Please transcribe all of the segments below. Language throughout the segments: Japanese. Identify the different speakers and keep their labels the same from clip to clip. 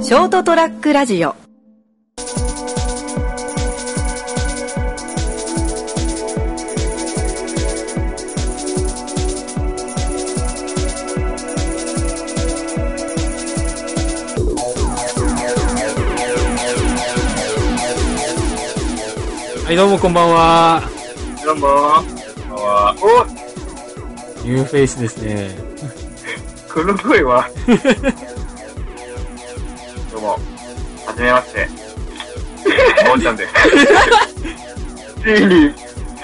Speaker 1: ショートトラックラジオ
Speaker 2: はい、どうもこんばんは。
Speaker 3: どうもこんばんは。お
Speaker 2: ニューフェイスですね。
Speaker 3: この声 はどうも、はじめまして。もんちゃんです。ついに、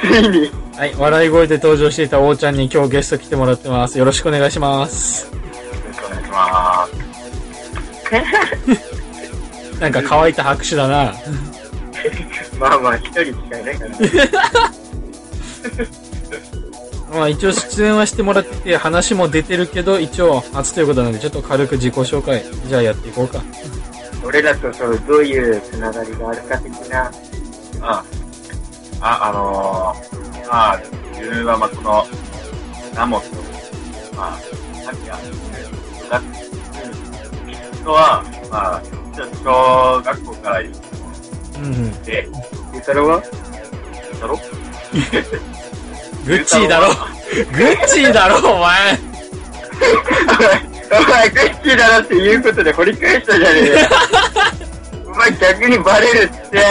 Speaker 3: ついに、
Speaker 2: はい、笑い声で登場していたおーちゃんに今日ゲスト来てもらってます。よろしくお願いします。
Speaker 3: よろしくお願いしま
Speaker 2: なんか乾いた拍手だな。
Speaker 3: す。 まあまあ、一人しかいないから。
Speaker 2: まあ一応出演はしてもらってて、話も出てるけど、一応初ということなので、ちょっと軽く自己紹介。じゃあやっていこうか。
Speaker 3: 俺らとそうどういうつながりがあるか的な。あ、あ、あのー、まあ、自分はまあこの、ナモと、まあ、さっきは、だ人は、まあ、小学校から行っ
Speaker 2: うんうん。
Speaker 3: て、ゆうたろうはゆうたろ
Speaker 2: グッチーだろ。グッチーだろ、お前。
Speaker 3: お前、クッキーだなっていうことで掘り返したじゃねえか。 お前、逆にバレる って。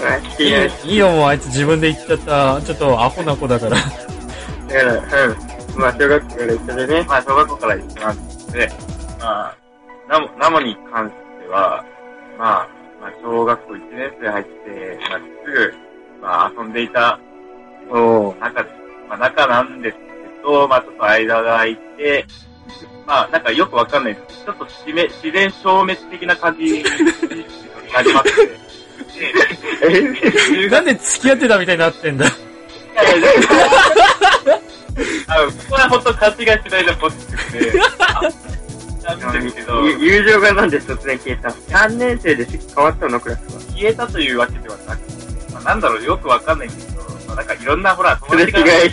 Speaker 3: お前、聞
Speaker 2: い
Speaker 3: け
Speaker 2: い
Speaker 3: ない
Speaker 2: よいいよ、もうあいつ自分で言っちゃった。ちょっとアホな子だから。
Speaker 3: だから、うん。まあ、小学校から一緒でね。まあ、小学校から一緒なんで、まあ、ナモ、ナモに関しては、まあ、まあ、小学校1年生入って、まあ、すぐ、まあ、遊んでいた、お中です。まあ、中なんですけど、まあ、ちょっと間が空いて、まあ、なんかよくわかんないです。ちょっと自然、自然消滅的な感じになりまして。で
Speaker 2: なんで付き合ってたみたいになってんだ。
Speaker 3: いやいやあのここは本当勘違いしないでほしくて。なんですけど、
Speaker 4: ゆ友情がなんで突然消えた3年生で変わったのクラスは
Speaker 3: 消えたというわけではなくて、まあ、なんだろう、よくわかんないけど、まあ、なんかいろんなほら、
Speaker 4: す
Speaker 3: 友
Speaker 4: れ
Speaker 3: 達が
Speaker 4: 違い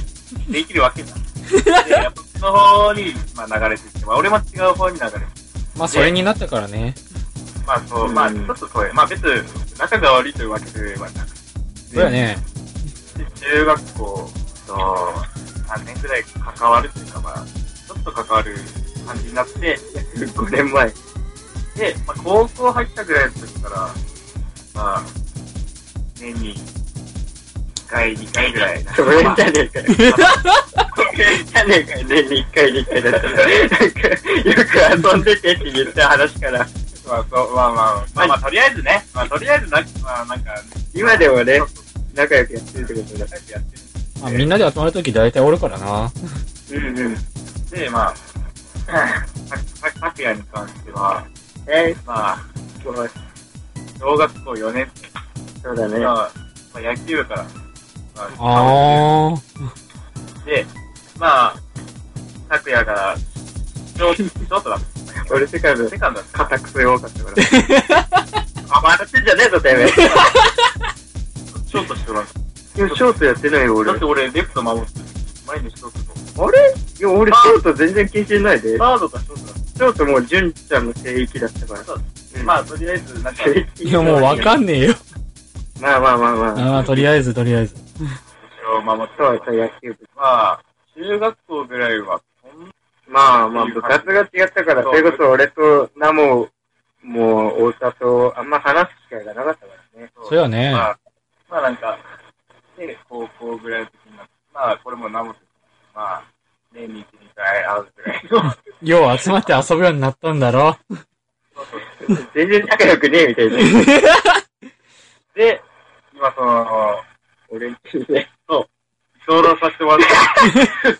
Speaker 3: できるわけじゃん。で、やっぱその方に、まあ、流れてきて、まあ、俺も違う方に流れてきて、
Speaker 2: まあそれになったからね。
Speaker 3: まあ、そう、まあ、
Speaker 4: う
Speaker 3: ち
Speaker 4: ん
Speaker 3: ょっとそういう、まあ、別に仲が悪いというわけではなく
Speaker 2: そうだね。
Speaker 3: で中学校と3年ぐらい関わるというか、まあ、ちょっと関わる感じになって、
Speaker 4: 5年前
Speaker 3: で、まあ、高校入ったぐらいの時から、まあ、年に1回、2回ぐらい。
Speaker 4: それじゃねえかよそれ
Speaker 3: ま
Speaker 4: じゃねえかよ年に1回2回だったらなんかよく遊んでてって言った話から
Speaker 3: あそうまあまあ、まあまあ、とりあえずね、まあ、とりあえずな、まあ、なんか、
Speaker 4: 今でもね仲良くやってるってことだ
Speaker 3: とりあえずやって
Speaker 2: まあみんなで集まるとき大体おるからな。
Speaker 4: うんうん
Speaker 3: るんで、まあ、たくやに関しては、
Speaker 4: え
Speaker 3: まあ、
Speaker 4: ー、もう
Speaker 3: 小学校4年
Speaker 4: そうだ
Speaker 3: 生
Speaker 4: ね
Speaker 3: の、まあ、野球部から、ま
Speaker 2: ああ。
Speaker 3: で、まあ、拓也が、ショート、ショートだった。
Speaker 4: 俺世界の
Speaker 3: セカンドだった。
Speaker 4: 固くそ弱かったから 甘ってんじゃねえぞてめえ
Speaker 3: ショートしてもらっ
Speaker 4: いやショートやってないよ
Speaker 3: た。
Speaker 4: 俺
Speaker 3: だ
Speaker 4: あ
Speaker 3: って俺、レフト守ってる、前にショートと。
Speaker 4: れいや俺ショート全然気にしてないで
Speaker 3: サードかショートだっ
Speaker 4: ショートもう純ちゃんの聖域だったから
Speaker 3: そう
Speaker 4: う
Speaker 3: た。
Speaker 4: ん
Speaker 3: まあ、とりあえず、なんか、
Speaker 2: いや、もうわかんねえよ。
Speaker 4: まあまあまあまあ。
Speaker 2: ああ、とりあえず、とりあえず。
Speaker 3: を守って
Speaker 4: そうそう、野球部。
Speaker 3: まあ、中学校ぐらいは、そん
Speaker 4: まあまあ、部活が違ったから、それこそ俺とナモ、もう、太田と、あんま話す機会がなかったからね。
Speaker 2: そうやね。
Speaker 3: まあ、まあなんか、で、高校ぐらいの時になって、まあ、これも名も、まあ、年に1、2回会うぐらいの、
Speaker 2: よう集まって遊ぶようになったんだろ。
Speaker 4: 全然仲良くねえみた いな。
Speaker 3: で、今その、
Speaker 4: 俺んちね。
Speaker 3: 相談させてもらった。 っ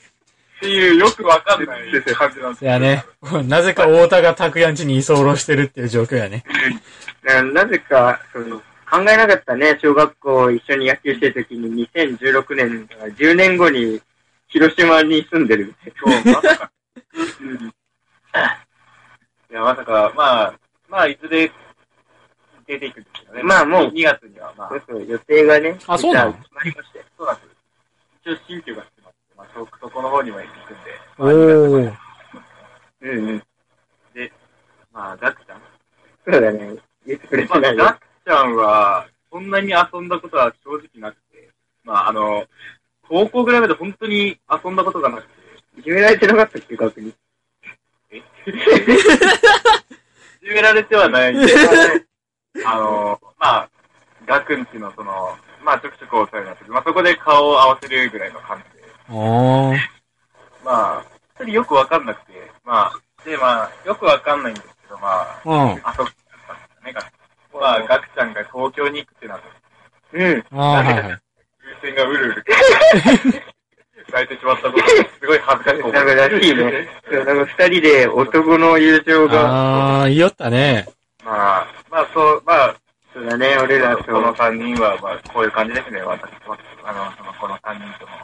Speaker 3: ていう、よくわかんない感じなんです
Speaker 2: そうやね。なぜか太田が拓也ん家に居候してるっていう状況やね。
Speaker 4: ななぜか、その、考えなかったね、小学校一緒に野球してる時に2016年、だから10年後に広島に住んでるみたい
Speaker 3: 今日、まさか。いや、まさか、まあ、まあ、いずれ出ていくんですよね。
Speaker 4: まあもう
Speaker 3: 2月には、まあ
Speaker 4: な。、そうそう、予定がね、
Speaker 2: あそうなの
Speaker 4: 実は決まりまして。
Speaker 3: そうなんです。一応、新居が決まって、まあ、そ、そこの方にも行くんで、
Speaker 2: おお。
Speaker 4: うんうん。
Speaker 3: まあ、ザクちゃん。
Speaker 4: そうだね。言ってくれ
Speaker 3: まあ、
Speaker 4: てないよ
Speaker 3: ザ。クちゃんは、そんなに遊んだことは正直なくて、まあ、あの、高校ぐらいまで本当に遊んだことがなくて、
Speaker 4: いじめられてなかったっけ、逆に。
Speaker 3: いじめられてはないんで、あの、まあ、ガクンチのその、まあ、ちょくちょくお世話になってて、まあ、そこで顔を合わせるぐらいの感じで、
Speaker 2: あ
Speaker 3: まあ、一人よくわかんなくて、まあ、で、まあ、よくわかんないんですけど、まあ、
Speaker 2: あ。うん。
Speaker 3: あそこだったんですよね、ガクちゃんまあ、ガクちゃんが東京に行くってなった
Speaker 4: うん。
Speaker 2: ああ、はいはい。
Speaker 3: 風船がうるうる。泣いてしまったことがすごい恥ずかしい。
Speaker 4: なんからしいね。そうなんか二人で男の友情が、
Speaker 2: ああ、言いよったね。
Speaker 3: まあ、まあそう、まあ、
Speaker 4: そうだね、俺らと。
Speaker 3: この3人は、まあ、こういう感じですね、私と、あの、その、この3人とも、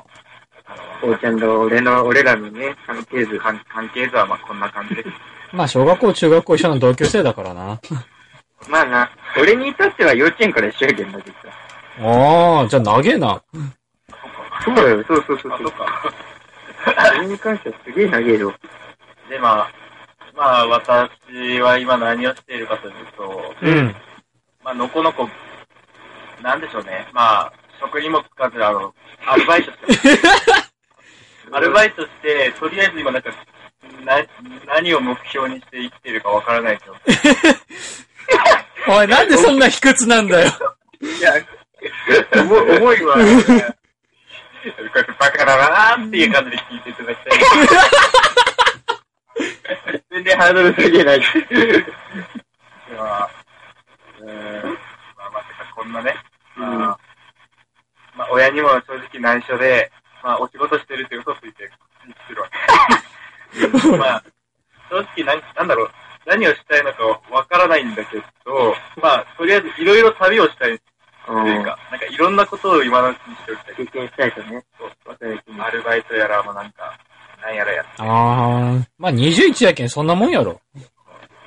Speaker 3: あ
Speaker 4: こうちゃんと俺の、俺らのね、関係図
Speaker 3: の、。関関係図は、まあ、こんな感じです。
Speaker 2: まあ、小学校、中学校一緒の同級生だからな。
Speaker 4: まあな、俺に至っては幼稚園から一緒やけんだけどさ。
Speaker 2: ああ、じゃあ長えな。
Speaker 4: そうだよ、そうそうそう
Speaker 3: あ、
Speaker 4: そ
Speaker 3: そうっ。か。
Speaker 4: それに関してはすげえ長えよ。
Speaker 3: で、まあ、まあ、私は今何をしているかというと、
Speaker 2: うん。
Speaker 3: まあ、のこのこ、なんでしょうね。まあ、職にもつかず、あの、アルバイトしてます。アルバイトして、とりあえず今なんか、な、何を目標にして生きてるかわからない状態。
Speaker 2: おい、なんでそんな卑屈なんだよ。
Speaker 3: いや、思い、思いは、これバカだなーっていう感じで聞いていただきたい。
Speaker 4: 全然ハードルすげえない。
Speaker 3: では、うーん、まあ、まさかこんなね、まあ、
Speaker 4: うん
Speaker 3: まあ、親にも正直内緒で、まあ、お仕事してるって嘘ついて、来てるわけ。ま あ、正直なん、なんだろう、何をしたいのかわからないんだけど、まあ、とりあえずいろいろ旅をしたいと
Speaker 4: う
Speaker 3: い
Speaker 4: ん
Speaker 3: う。か、なんかいろんなことを今のうちにしておきたい。
Speaker 4: 経験したいとね。
Speaker 3: アルバイトやら、まあなんか、なんやらやって、
Speaker 2: ああ、まあ21やけん、そんなもんや ろ。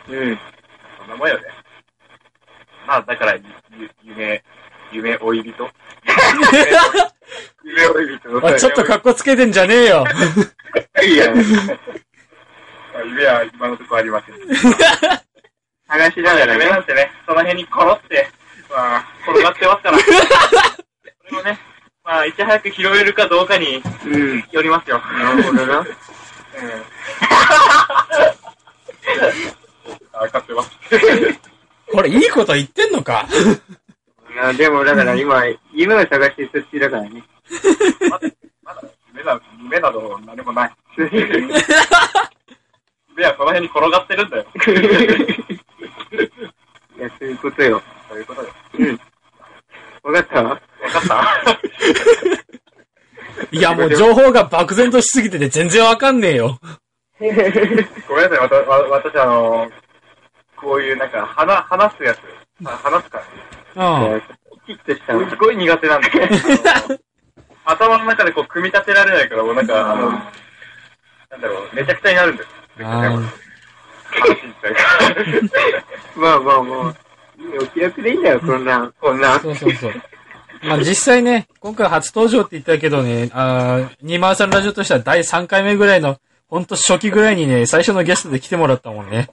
Speaker 4: うん。
Speaker 3: そんなもんよね。まあ、だから、ゆゆ夢、夢追い人夢追い人
Speaker 2: おいちょっと格好つけてんじゃねえよ。
Speaker 4: い や、
Speaker 3: まあ夢は今のところありません。
Speaker 4: 話しながら
Speaker 3: 夢な
Speaker 4: ね。
Speaker 3: んてね、その辺に転って、まあ、転がってますから。それもね、まあ、いち早く拾えるかどうかに
Speaker 4: うん。
Speaker 3: よりますよ。
Speaker 4: なるほどな。
Speaker 3: あ、分かってます。
Speaker 2: これ、いいこと言ってんのか。
Speaker 4: いや、でもだから今、夢を探して途中だからね。
Speaker 3: まだ、まだ夢な、夢など何も ない。夢はその辺に転がってるんだよ。
Speaker 4: いや、そういうことよ。
Speaker 3: ということで、
Speaker 4: わかったわ。
Speaker 3: 分かった
Speaker 2: いや、もう情報が漠然としすぎてて全然わかんねえよ。
Speaker 3: ごめんなさい、わたわ私あの、こういうなんか、話、話すやつ、あ話すから、ね、
Speaker 2: うん。
Speaker 4: キッとした
Speaker 3: すっごい苦手なんで、あの頭の中でこう、組み立てられないから、もうなんか、あの、なんだろう、めちゃくちゃになるん です。
Speaker 2: あ
Speaker 3: 話自体 が
Speaker 4: まあまあまあ。いいよ気楽でいいんだよ、こんなん。こんなん。
Speaker 2: そうそうそう。まあ実際ね、今回初登場って言ったけどね、あーニマーさんラジオとしては第3回目ぐらいの、ほんと初期ぐらいにね、最初のゲストで来てもらったもんね。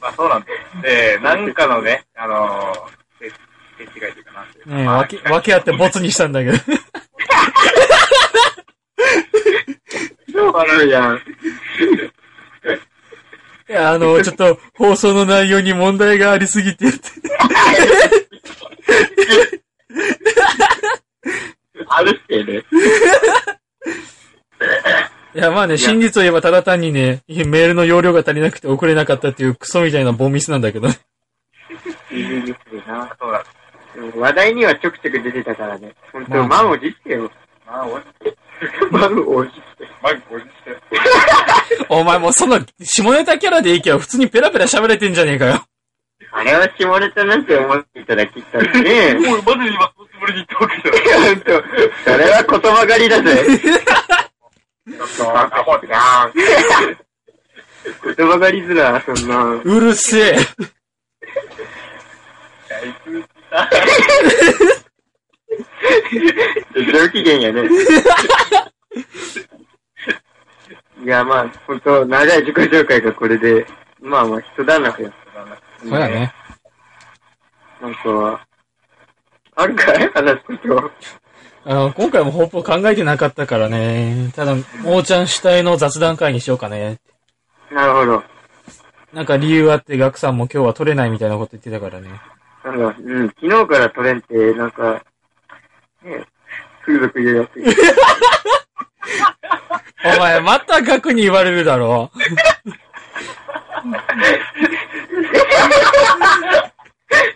Speaker 3: まあそうなんです。で、なんかのね、あの、手手違いというかなんていうか
Speaker 2: ねえ、
Speaker 3: まあ
Speaker 2: わけ、わけあってボツにしたんだけど。
Speaker 4: 超悪いやん。
Speaker 2: いや、あの、ちょっと、放送の内容に問題がありすぎてって。
Speaker 4: あるってね。
Speaker 2: いや、まあね、真実を言えばただ単にね、メールの容量が足りなくて送れなかったっていうクソみたいなボンミスなんだけど。
Speaker 4: いいですよな。
Speaker 3: そうなんです。
Speaker 4: でも話題にはちょくちょく出てたからね。ほんと、
Speaker 2: まあ
Speaker 4: 満を持してよ。
Speaker 3: まあ、おじ、
Speaker 4: 満を持して。
Speaker 3: まあ、ごじして。
Speaker 2: お前もうその、下ネタキャラでいいけど、普通にペラペラ喋れてんじゃねえかよ。
Speaker 4: あれは下ネタなんて思っていただきたいね。
Speaker 3: もう、マジで今、そつぶりに行ったわけじゃない。
Speaker 4: ほんと、それは言葉狩りだぜ。言葉狩りずら、そんな。
Speaker 2: うるせえ。
Speaker 4: 上機嫌やね。いや、まあ、ほんと、長い自己紹介がこれで、まあまあ、人段落やっ
Speaker 3: な
Speaker 2: そ
Speaker 3: なんか
Speaker 2: うやね。
Speaker 4: なんか、あるかい話すこと。
Speaker 2: あの、今回もホープを考えてなかったからね。ただ、もーちゃん主体の雑談会にしようかね。
Speaker 4: なるほど。
Speaker 2: なんか理由あって、ガクさんも今日は取れないみたいなこと言ってたからね。
Speaker 4: なんか、うん、昨日からトレンって、なんか、ね、風俗言うやつ。
Speaker 2: お前、またガクに言われるだろ。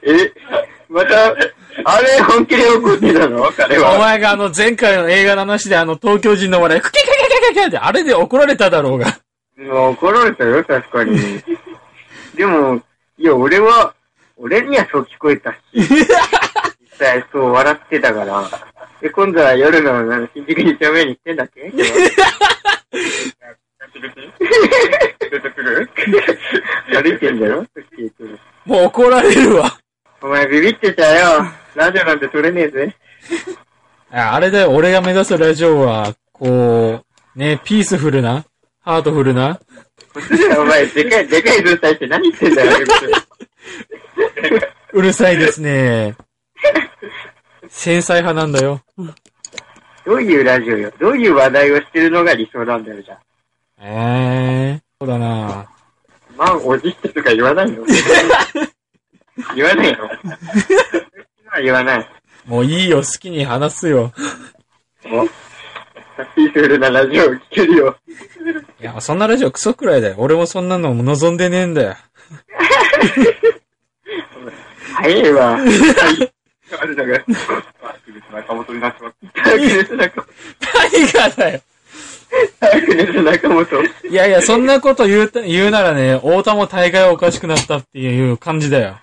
Speaker 4: え、また、あれ本気で怒ってたの彼
Speaker 2: お
Speaker 4: は。
Speaker 2: 前があの、前回の映画の話であの、東京人の笑い、クキャキャキャキャキャって、あれで怒られただろうが。
Speaker 4: もう怒られたよ、確かに。でも、いや、俺は、俺にはそう聞こえたし、実際そう笑ってたから。で、今度は夜のなんか新宿に丁目に行ってんだっけ
Speaker 3: 久しぶり出てくる
Speaker 4: 歩いてんだろそっち行くの
Speaker 2: もう怒られるわ。
Speaker 4: お前ビビってたよ。ラジオなんて撮れねえぜ。
Speaker 2: ああれだよ、俺が目指すラジオは、こう、ね、ピースフルな、ハートフルな、
Speaker 4: お前、でかい、でかい文体して何言ってんだよ。
Speaker 2: うるさいですね。繊細派なんだよ。
Speaker 4: どういうラジオよ。どういう話題をしてるのが理想なんだよ、じゃあ。
Speaker 2: ええー、そうだな
Speaker 4: まあ、おじってとか言わないの言わないの言わない。
Speaker 2: もういいよ、好きに話すよ。
Speaker 4: もう、ピースフルなラジオを聞けるよ。
Speaker 2: いや、そんなラジオクソくらいだよ。俺もそんなの望んでねえんだよ。
Speaker 4: 早いわ。はい。あれだから、
Speaker 3: あ、すぐ中本になってます。
Speaker 4: ダークネス 中
Speaker 2: 何がだよ。
Speaker 4: ダークネス中本。
Speaker 2: いやいや、そんなこと言うた、言うならね、太田も大概おかしくなったっていう感じだよ。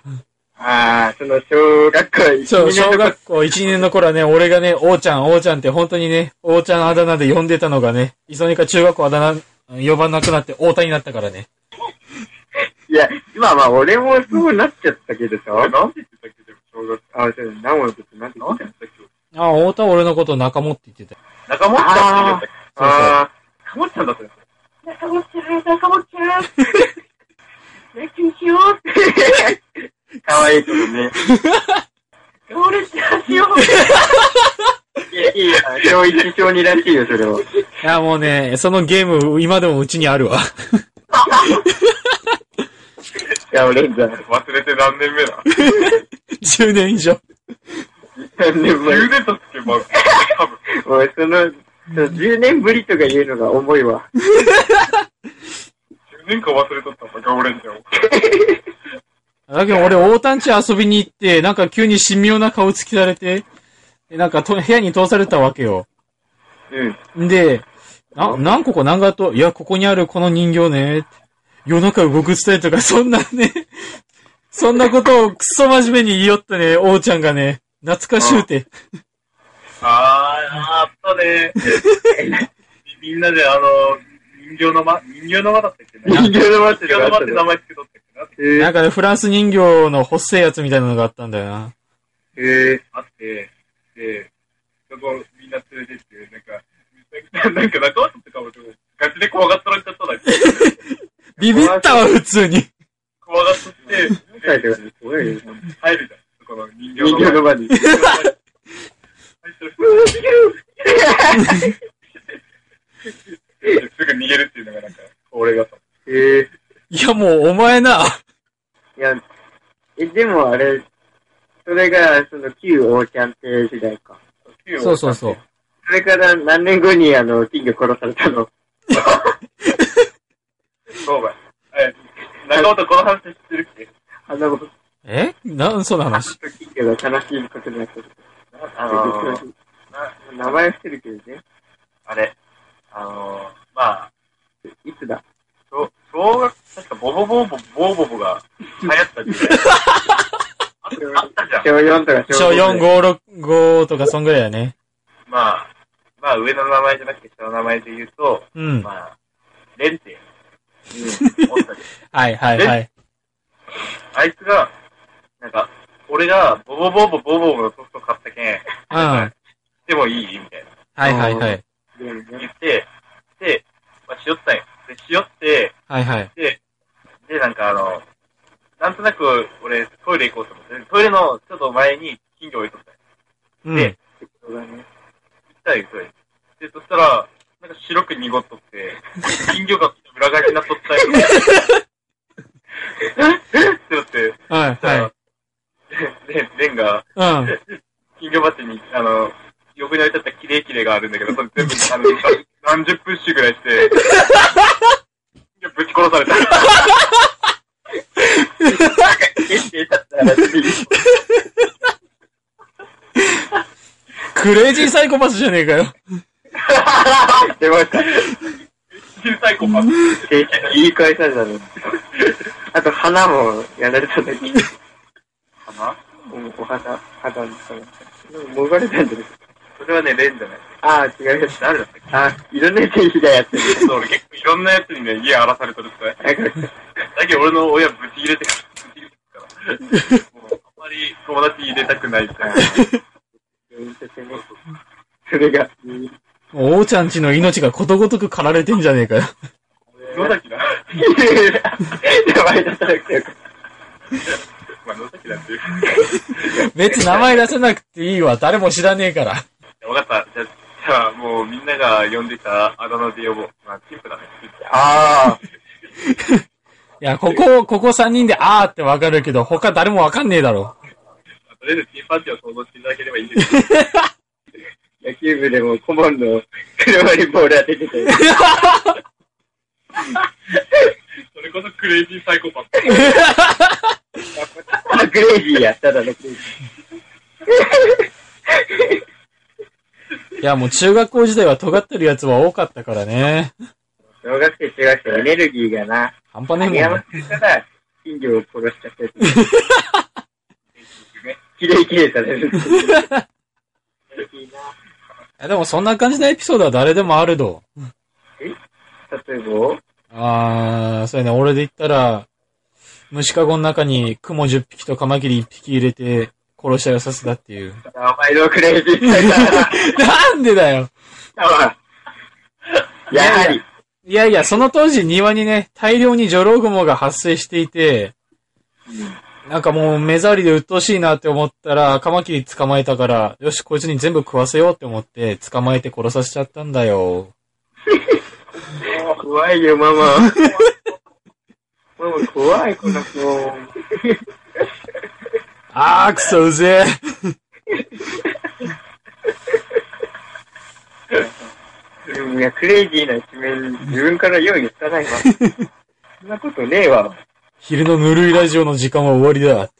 Speaker 4: ああ、その小学校1
Speaker 2: そう、
Speaker 4: 2年
Speaker 2: 小
Speaker 4: の頃
Speaker 2: 学校1年の頃はね、俺がね、王ちゃん、王ちゃんって本当にね、王ちゃんあだ名で呼んでたのがね、いそにか中学校あだ名、呼ばなくなって太田になったからね。
Speaker 4: いや、今まあ俺もそうなっちゃったけどさ。
Speaker 3: なんて言ってたっけでも小学
Speaker 4: あ、そう、ナモの時なんて言
Speaker 3: な
Speaker 4: っ
Speaker 3: ん
Speaker 4: た
Speaker 3: て
Speaker 4: の
Speaker 3: 言ってたっけ
Speaker 2: あ、太田は俺のことを仲間って言ってたよ。
Speaker 3: 中本ちゃんって
Speaker 2: そうそう
Speaker 4: あ
Speaker 3: 中本ちゃんだったよ。
Speaker 4: ー、中本ちゃん、中本ちゃん。野球しよう。かわいいけどね。ゴールしよう。いや、いいよ。小1、小2らしいよ、それは。
Speaker 2: いや、もうね、そのゲーム、今でもうちにあるわ。
Speaker 4: や俺んじゃん。
Speaker 3: 忘れて何年目だ
Speaker 2: 10年以上。
Speaker 4: 3年前。
Speaker 3: ?10 年経つけば、多分。
Speaker 4: おい、その、その10年ぶりとか言うのが重いわ。
Speaker 3: 10年間忘れとったのが俺んじゃん。
Speaker 2: だけど俺、大田んち遊びに行って、なんか急に神妙な顔つきされて、でなんかと部屋に通されたわけよ。
Speaker 4: うん。
Speaker 2: んで、な、何個か何がと、いや、ここにあるこの人形ね、って夜中動くつたりとか、そんなね、そんなことをクソ真面目に言いよったね、王ちゃんがね、懐かしゅうて。
Speaker 3: あー、あったね。みんなであの、人形の間、人形の間だったっけね。
Speaker 4: 人形の待っ
Speaker 3: 人形
Speaker 4: て
Speaker 3: の
Speaker 4: る
Speaker 3: 間っ
Speaker 4: ってて
Speaker 3: 名前つけとったっけな。
Speaker 2: なんかね、フランス人形の細いやつみたいなのがあったんだよな。
Speaker 4: えー、
Speaker 3: あって、で、そこみんな連れてって、なんか、 なんか仲間とかもガチで怖がっとられちゃっただけ。
Speaker 2: ビビったわ、普通に。
Speaker 3: 怖がっとって、
Speaker 4: 何書いてあるのすごいよ。
Speaker 3: 入るじゃん。そこの人
Speaker 4: 人
Speaker 3: 形
Speaker 4: 形
Speaker 3: の
Speaker 4: の
Speaker 3: 間。
Speaker 4: 待ってる。
Speaker 3: ですぐ逃げるっていうのがなんか、俺がさ、
Speaker 4: えー、
Speaker 2: いや、もう、お前な。
Speaker 4: いや、え、でもあれ、それが、その、旧王ちゃんって時代か。
Speaker 2: そうそうそう。
Speaker 4: それから何年後に、あの、金魚殺されたの。
Speaker 3: そうばい。はい。中本この話知ってるっけ
Speaker 4: あの、ちょっ
Speaker 2: えなん、その話。
Speaker 4: と金魚が悲しいことになってる。
Speaker 3: あ のー、
Speaker 4: 名前はしてるけどね。
Speaker 3: あれ、あのー、まあ、
Speaker 4: いつだ
Speaker 3: 小小学、確かボボボボボボボボが流行った時 代ああったじゃん。
Speaker 4: 小4とか
Speaker 2: 小4、
Speaker 4: 5。
Speaker 2: 5、6、5とか、そんぐらいやね。
Speaker 3: まあ、まあ上の名前じゃなくて下の名前で言うと、
Speaker 2: うん。
Speaker 3: まあ、レンって、うん、おったり
Speaker 2: はいはいはい。
Speaker 3: あいつが、なんか、俺がボボボボボボボのソフト買ったけん、
Speaker 2: うん。はい
Speaker 3: でもいいみたいな
Speaker 2: はいはい。
Speaker 3: 言って、で、まあしよったんよ。で、しよって、
Speaker 2: はいはい。
Speaker 3: で、で、なんかあの、
Speaker 5: なんとなく、俺、トイレ行こうと思って、トイレのちょっと前に金魚置いとったよ
Speaker 2: うん。
Speaker 5: で行ったよ、トイレ。で、そしたら、なんか白く濁っとって、金魚が裏返しになっとったよ。ええってなって、
Speaker 2: はい、
Speaker 5: じゃあ、
Speaker 2: は
Speaker 5: で、レンが、
Speaker 2: い。うん。
Speaker 5: 金魚鉢に、あの、横に置いてあったキレイキレイがあるんだけど、それ全部、あの、何十プッシュぐらいして、金魚ぶち殺された。えって言っちゃったらしい
Speaker 2: クレイジーサイコパスじゃねえかよ。
Speaker 4: 出ました。
Speaker 5: 小さい子か。
Speaker 4: 言い返されたね。あと、花もやられたんだけど、
Speaker 5: かな
Speaker 4: お肌、肌の人が。でも、もがれたんだけど。
Speaker 5: それはね、レンじゃない。
Speaker 4: ああ、違いまし
Speaker 5: 誰だったっけ
Speaker 4: た。ああ、いろんな人被害やってる。
Speaker 5: そう俺結構いろんなやつにね、家荒らされてるってね。
Speaker 4: だから、
Speaker 5: だけど俺の親ぶち切れてから、ぶち切れてから。もうあんまり友達入れたくないみたいな。
Speaker 4: それが、
Speaker 2: おーちゃんちの命がことごとく駆られてんじゃねえかよ。
Speaker 5: 野崎 だ。
Speaker 4: 名前出さなくてよかっ
Speaker 5: まあ野崎だっていう。
Speaker 2: 別に名前出さなくていいわ。誰も知らねえから。
Speaker 5: わかった。じゃあ、じゃあもうみんなが呼んでたあだ名で呼ぼう。まあ、チンプだね。
Speaker 4: た。ああ、
Speaker 2: いや、ここ、ここ3人であーってわかるけど、他誰もわかんねえだろ。
Speaker 5: とりあえずチンパンジーを想像していただければいいんです けど、
Speaker 4: 野球部でも顧問の車にボール当ててて、
Speaker 5: それこそクレイジーサイコパス。
Speaker 4: あ、クレイジーや、ただのクレイジ
Speaker 2: いや、もう中学校時代は尖ってるやつは多かったからね。
Speaker 4: ー。小学生、中学生、エネルギーがな、
Speaker 2: 半端ねえもんな
Speaker 4: 網浜。くんから金魚を殺しちゃったやつ。きれいきれいされる。
Speaker 2: えでもそんな感じのエピソードは誰でもあるど。
Speaker 4: 例えば、
Speaker 2: あー、そうやね、俺で言ったら、虫かごの中にクモ10匹とカマキリ1匹入れて殺し合いをさせたっていう。
Speaker 4: お前のクレイジ ーさ
Speaker 2: なんでだよ
Speaker 4: だわ。やはり、
Speaker 2: いやいや、その当時庭にね、大量にジョログモが発生していて、なんかもう目障りで鬱陶しいなって思ったら、カマキリ捕まえたから、よし、こいつに全部食わせようって思って、捕まえて殺させちゃったんだよ。
Speaker 4: 怖いよ、ママ。ママ怖い、この子。
Speaker 2: あー、くそうぜ
Speaker 4: でもいや、クレイジーな一面、自分から用意したないわ。そんなことねえわ。
Speaker 2: 昼のぬるいラジオの時間は終わりだ。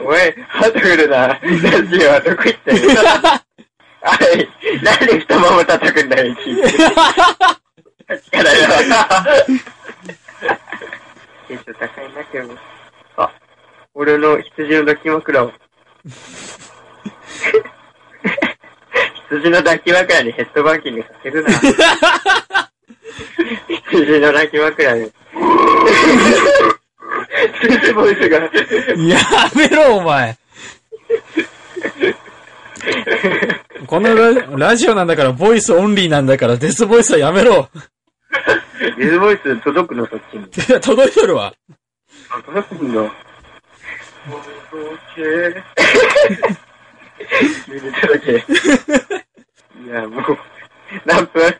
Speaker 4: お前、ハートフルなラジオはどこ行ったよ。あい、なんで太もも叩くんだよ、いちいち。からよ。テンション高いな、今日も。あ、俺の羊の抱き枕を。 羊の抱き枕にヘッドバンキングさせるな。羊の抱き枕に。 スーツボイスが。
Speaker 2: やめろ、お前。このララジオなんだから、ボイスオンリーなんだから、デスボイスはやめろ。
Speaker 4: デズボイス届くの、そっちに。
Speaker 2: いや届いとるわ。
Speaker 4: 届くの。急に届け。いや、もう、何分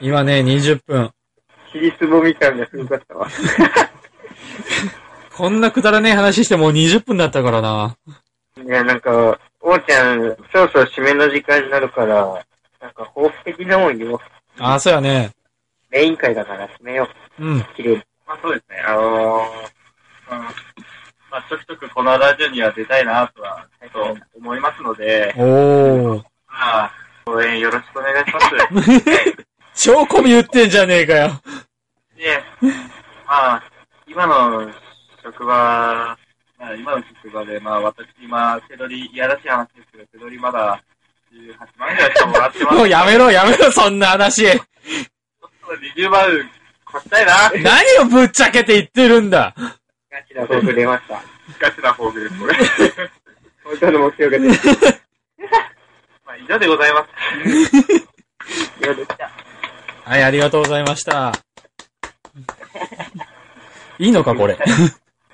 Speaker 2: 今ね、20分。
Speaker 4: 尻すぼみ感がすごかったわ。
Speaker 2: こんなくだらねえ話してもう20分だったからな。
Speaker 4: いや、なんか、おうちゃん、そろそろ締めの時間になるから、なんか、抱負的なもん言おう。
Speaker 2: ああ、そうやね。
Speaker 4: メイン会だから締めよ
Speaker 2: うん。
Speaker 4: う。綺麗に。
Speaker 5: まあそうですね、あのー、うん、まあちょくちょくこのラジオには出たいなとは、えっと、思いますので、
Speaker 2: おー。
Speaker 5: まあ、応援よろしくお願いします。
Speaker 2: 超コミ言ってんじゃねえかよ。
Speaker 5: で、まあ、今の職場、まあ、今の職場で、まあ、私、今、手取り、いやらしい話ですけど、手取りまだ18万ぐらいしかもらってます。
Speaker 2: もうやめろ、やめろ、そんな話。
Speaker 5: 20万、こしたいな。
Speaker 2: 何をぶっちゃけて言ってるんだ。
Speaker 4: ガチな抱負出ました。
Speaker 5: ガチな方法です、これ。
Speaker 4: 本当の目標が出た。
Speaker 5: まあ、以上でございます。
Speaker 4: いや、できた。
Speaker 2: はい、ありがとうございました。いいのか、これ。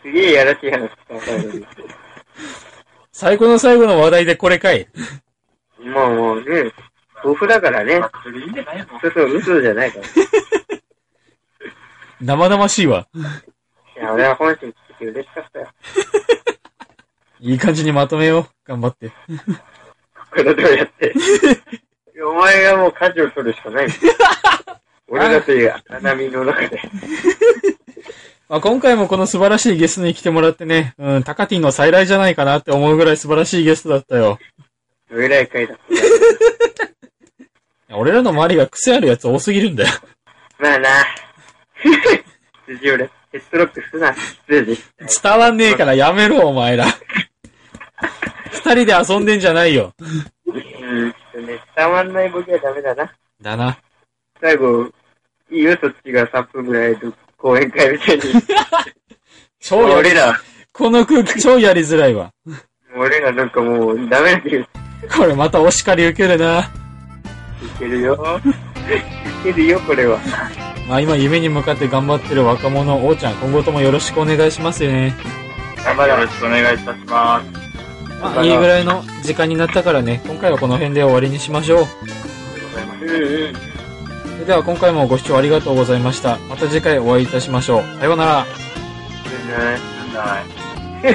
Speaker 4: すげえやらしい話したのに。
Speaker 2: 最後の最後の話題でこれかい。
Speaker 4: もうもうね、豆腐だからね。そうそう、嘘じゃないから。い
Speaker 2: 生々しいわ。
Speaker 4: や、俺は本心聞けて嬉しかったよ。
Speaker 2: いい感じにまとめよう。頑張って。
Speaker 4: これどうや って。いやお前がもう舵を取るしか ない。俺だって荒波の中で。
Speaker 2: まあ、今回もこの素晴らしいゲストに来てもらってね、うん、タカティンの再来じゃないかなって思うぐらい素晴らしいゲストだったよ。
Speaker 4: どえらい回だった。
Speaker 2: 俺らの周りが癖あるやつ多すぎるんだよ。
Speaker 4: まあな。 辻俺、ヘッドロックす な。失礼です。
Speaker 2: 伝わんねえからやめろ、お前ら。 二人で遊んでんじゃないよ。
Speaker 4: うん、ちょっとね、伝わんないボケはダメだな。
Speaker 2: だな。
Speaker 4: 最後、いいよ、そっちが3分ぐらいの講演会みたいに。
Speaker 2: 超やり、
Speaker 4: 俺ら、
Speaker 2: この空気超やりづらいわ。
Speaker 4: 俺らなんかもうダメだけど、い
Speaker 2: これまたお叱り受けるな。
Speaker 4: ける よ。いけるよ、これは。
Speaker 2: まあ今夢に向かって頑張ってる若者、おうちゃん、今後ともよろしくお願いしますよね。
Speaker 4: 頑張れ。よろしくお願いいたします。
Speaker 2: まあいいぐらいの時間になったからね、今回はこの辺で終わりにしましょう。
Speaker 4: うんうん。
Speaker 2: それでは今回もご視聴ありがとうございました。また次回お会いいたしましょう。さようなら。
Speaker 4: 全然、全然。